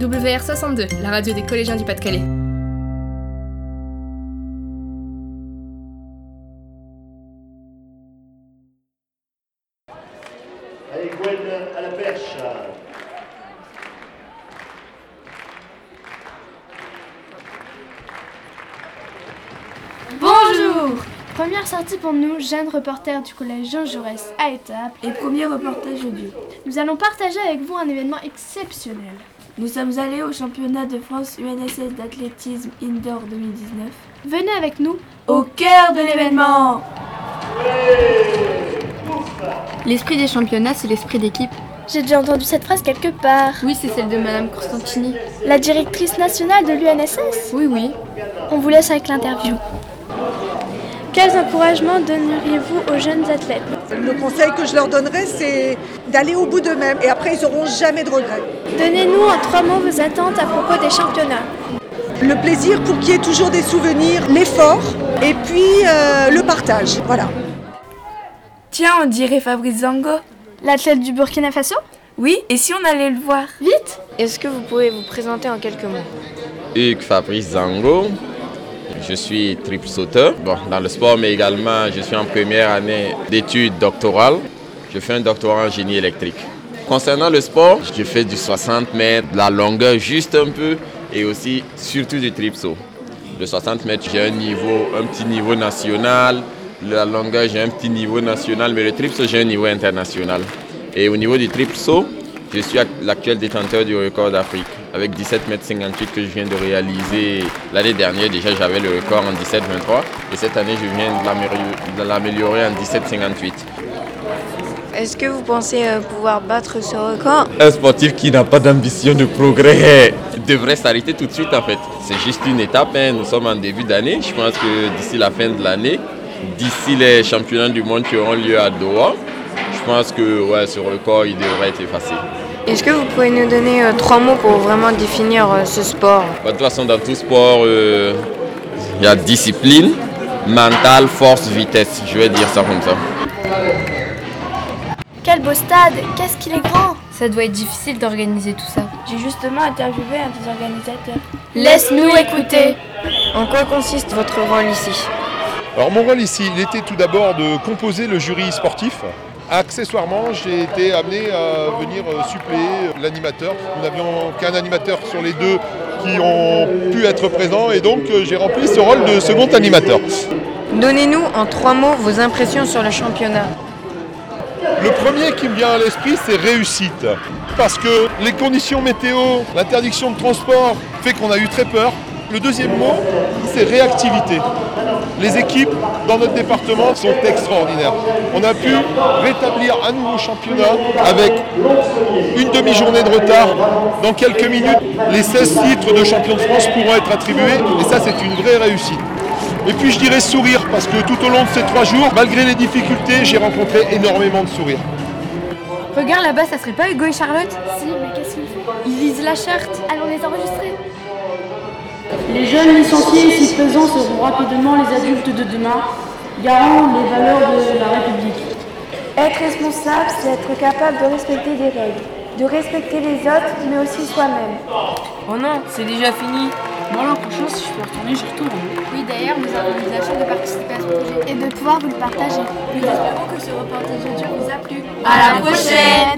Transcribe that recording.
WR62, la radio des collégiens du Pas-de-Calais. Allez, Gwen à la perche. Bonjour Première sortie pour nous, jeunes reporters du collège Jean Jaurès à Étapes. Et premier reportage audio. Nous allons partager avec vous un événement exceptionnel. Nous sommes allés au championnat de France UNSS d'athlétisme indoor 2019. Venez avec nous. Au cœur de l'événement L'esprit des championnats, c'est l'esprit d'équipe. J'ai déjà entendu cette phrase quelque part. Oui, c'est celle de Madame Constantini. La directrice nationale de l'UNSS Oui, oui. On vous laisse avec l'interview. Quels encouragements donneriez-vous aux jeunes athlètes Le conseil que je leur donnerais, c'est d'aller au bout d'eux-mêmes et après, ils n'auront jamais de regrets. Donnez-nous en trois mots vos attentes à propos des championnats. Le plaisir pour qu'il y ait toujours des souvenirs, l'effort et puis euh, le partage. Voilà. Tiens, on dirait Fabrice Zango. L'athlète du Burkina Faso Oui, et si on allait le voir Vite Est-ce que vous pouvez vous présenter en quelques mots Hugues Fabrice Zango. Je suis triple sauteur bon, dans le sport, mais également je suis en première année d'études doctorales. Je fais un doctorat en génie électrique. Concernant le sport, je fais du 60 mètres, de la longueur juste un peu, et aussi surtout du triple saut. Le 60 mètres, j'ai un niveau, un petit niveau national. La longueur, j'ai un petit niveau national, mais le triple saut, j'ai un niveau international. Et au niveau du triple saut, je suis l'actuel détenteur du record d'Afrique avec 17 mètres 58 que je viens de réaliser. L'année dernière, déjà, j'avais le record en 17 23 et cette année, je viens de l'améliorer en 17 58. Est-ce que vous pensez euh, pouvoir battre ce record Un sportif qui n'a pas d'ambition de progrès devrait s'arrêter tout de suite en fait. C'est juste une étape, hein. nous sommes en début d'année. Je pense que d'ici la fin de l'année, d'ici les championnats du monde qui auront lieu à Doha, je pense que ouais, ce record il devrait être effacé. Est-ce que vous pouvez nous donner euh, trois mots pour vraiment définir euh, ce sport Bah, De toute façon, dans tout sport, euh, il y a discipline, mental, force, vitesse. Je vais dire ça comme ça. Quel beau stade Qu'est-ce qu'il est grand Ça doit être difficile d'organiser tout ça. J'ai justement interviewé un des organisateurs. Laisse-nous écouter En quoi consiste votre rôle ici Alors mon rôle ici, il était tout d'abord de composer le jury sportif. Accessoirement, j'ai été amené à venir euh, suppléer l'animateur. Nous n'avions qu'un animateur sur les deux qui ont pu être présents et donc euh, j'ai rempli ce rôle de second animateur. Donnez-nous en trois mots vos impressions sur le championnat. Le premier qui me vient à l'esprit, c'est réussite. Parce que les conditions météo, l'interdiction de transport fait qu'on a eu très peur. Le deuxième mot, c'est réactivité. Les équipes dans notre département sont extraordinaires. On a pu rétablir un nouveau championnat avec une demi-journée de retard. Dans quelques minutes, les 16 titres de champion de France pourront être attribués et ça c'est une vraie réussite. Et puis je dirais sourire parce que tout au long de ces trois jours, malgré les difficultés, j'ai rencontré énormément de sourires. Regarde là-bas, ça serait pas Hugo et Charlotte Si, mais qu'est-ce qu'ils font Ils lisent la charte. Allons les enregistrer Les jeunes licenciés ici présents seront rapidement les adultes de demain, garant les valeurs de la République. Être responsable, c'est être capable de respecter des règles, de respecter les autres, mais aussi soi-même. Oh non, c'est déjà fini. Bon, l'an prochain, si je peux retourner, j'y retourne. Oui, d'ailleurs, nous avons l'envisagé de participer à ce projet. Et de pouvoir vous le partager. Nous espérons que ce reportage audio vous a plu. À la prochaine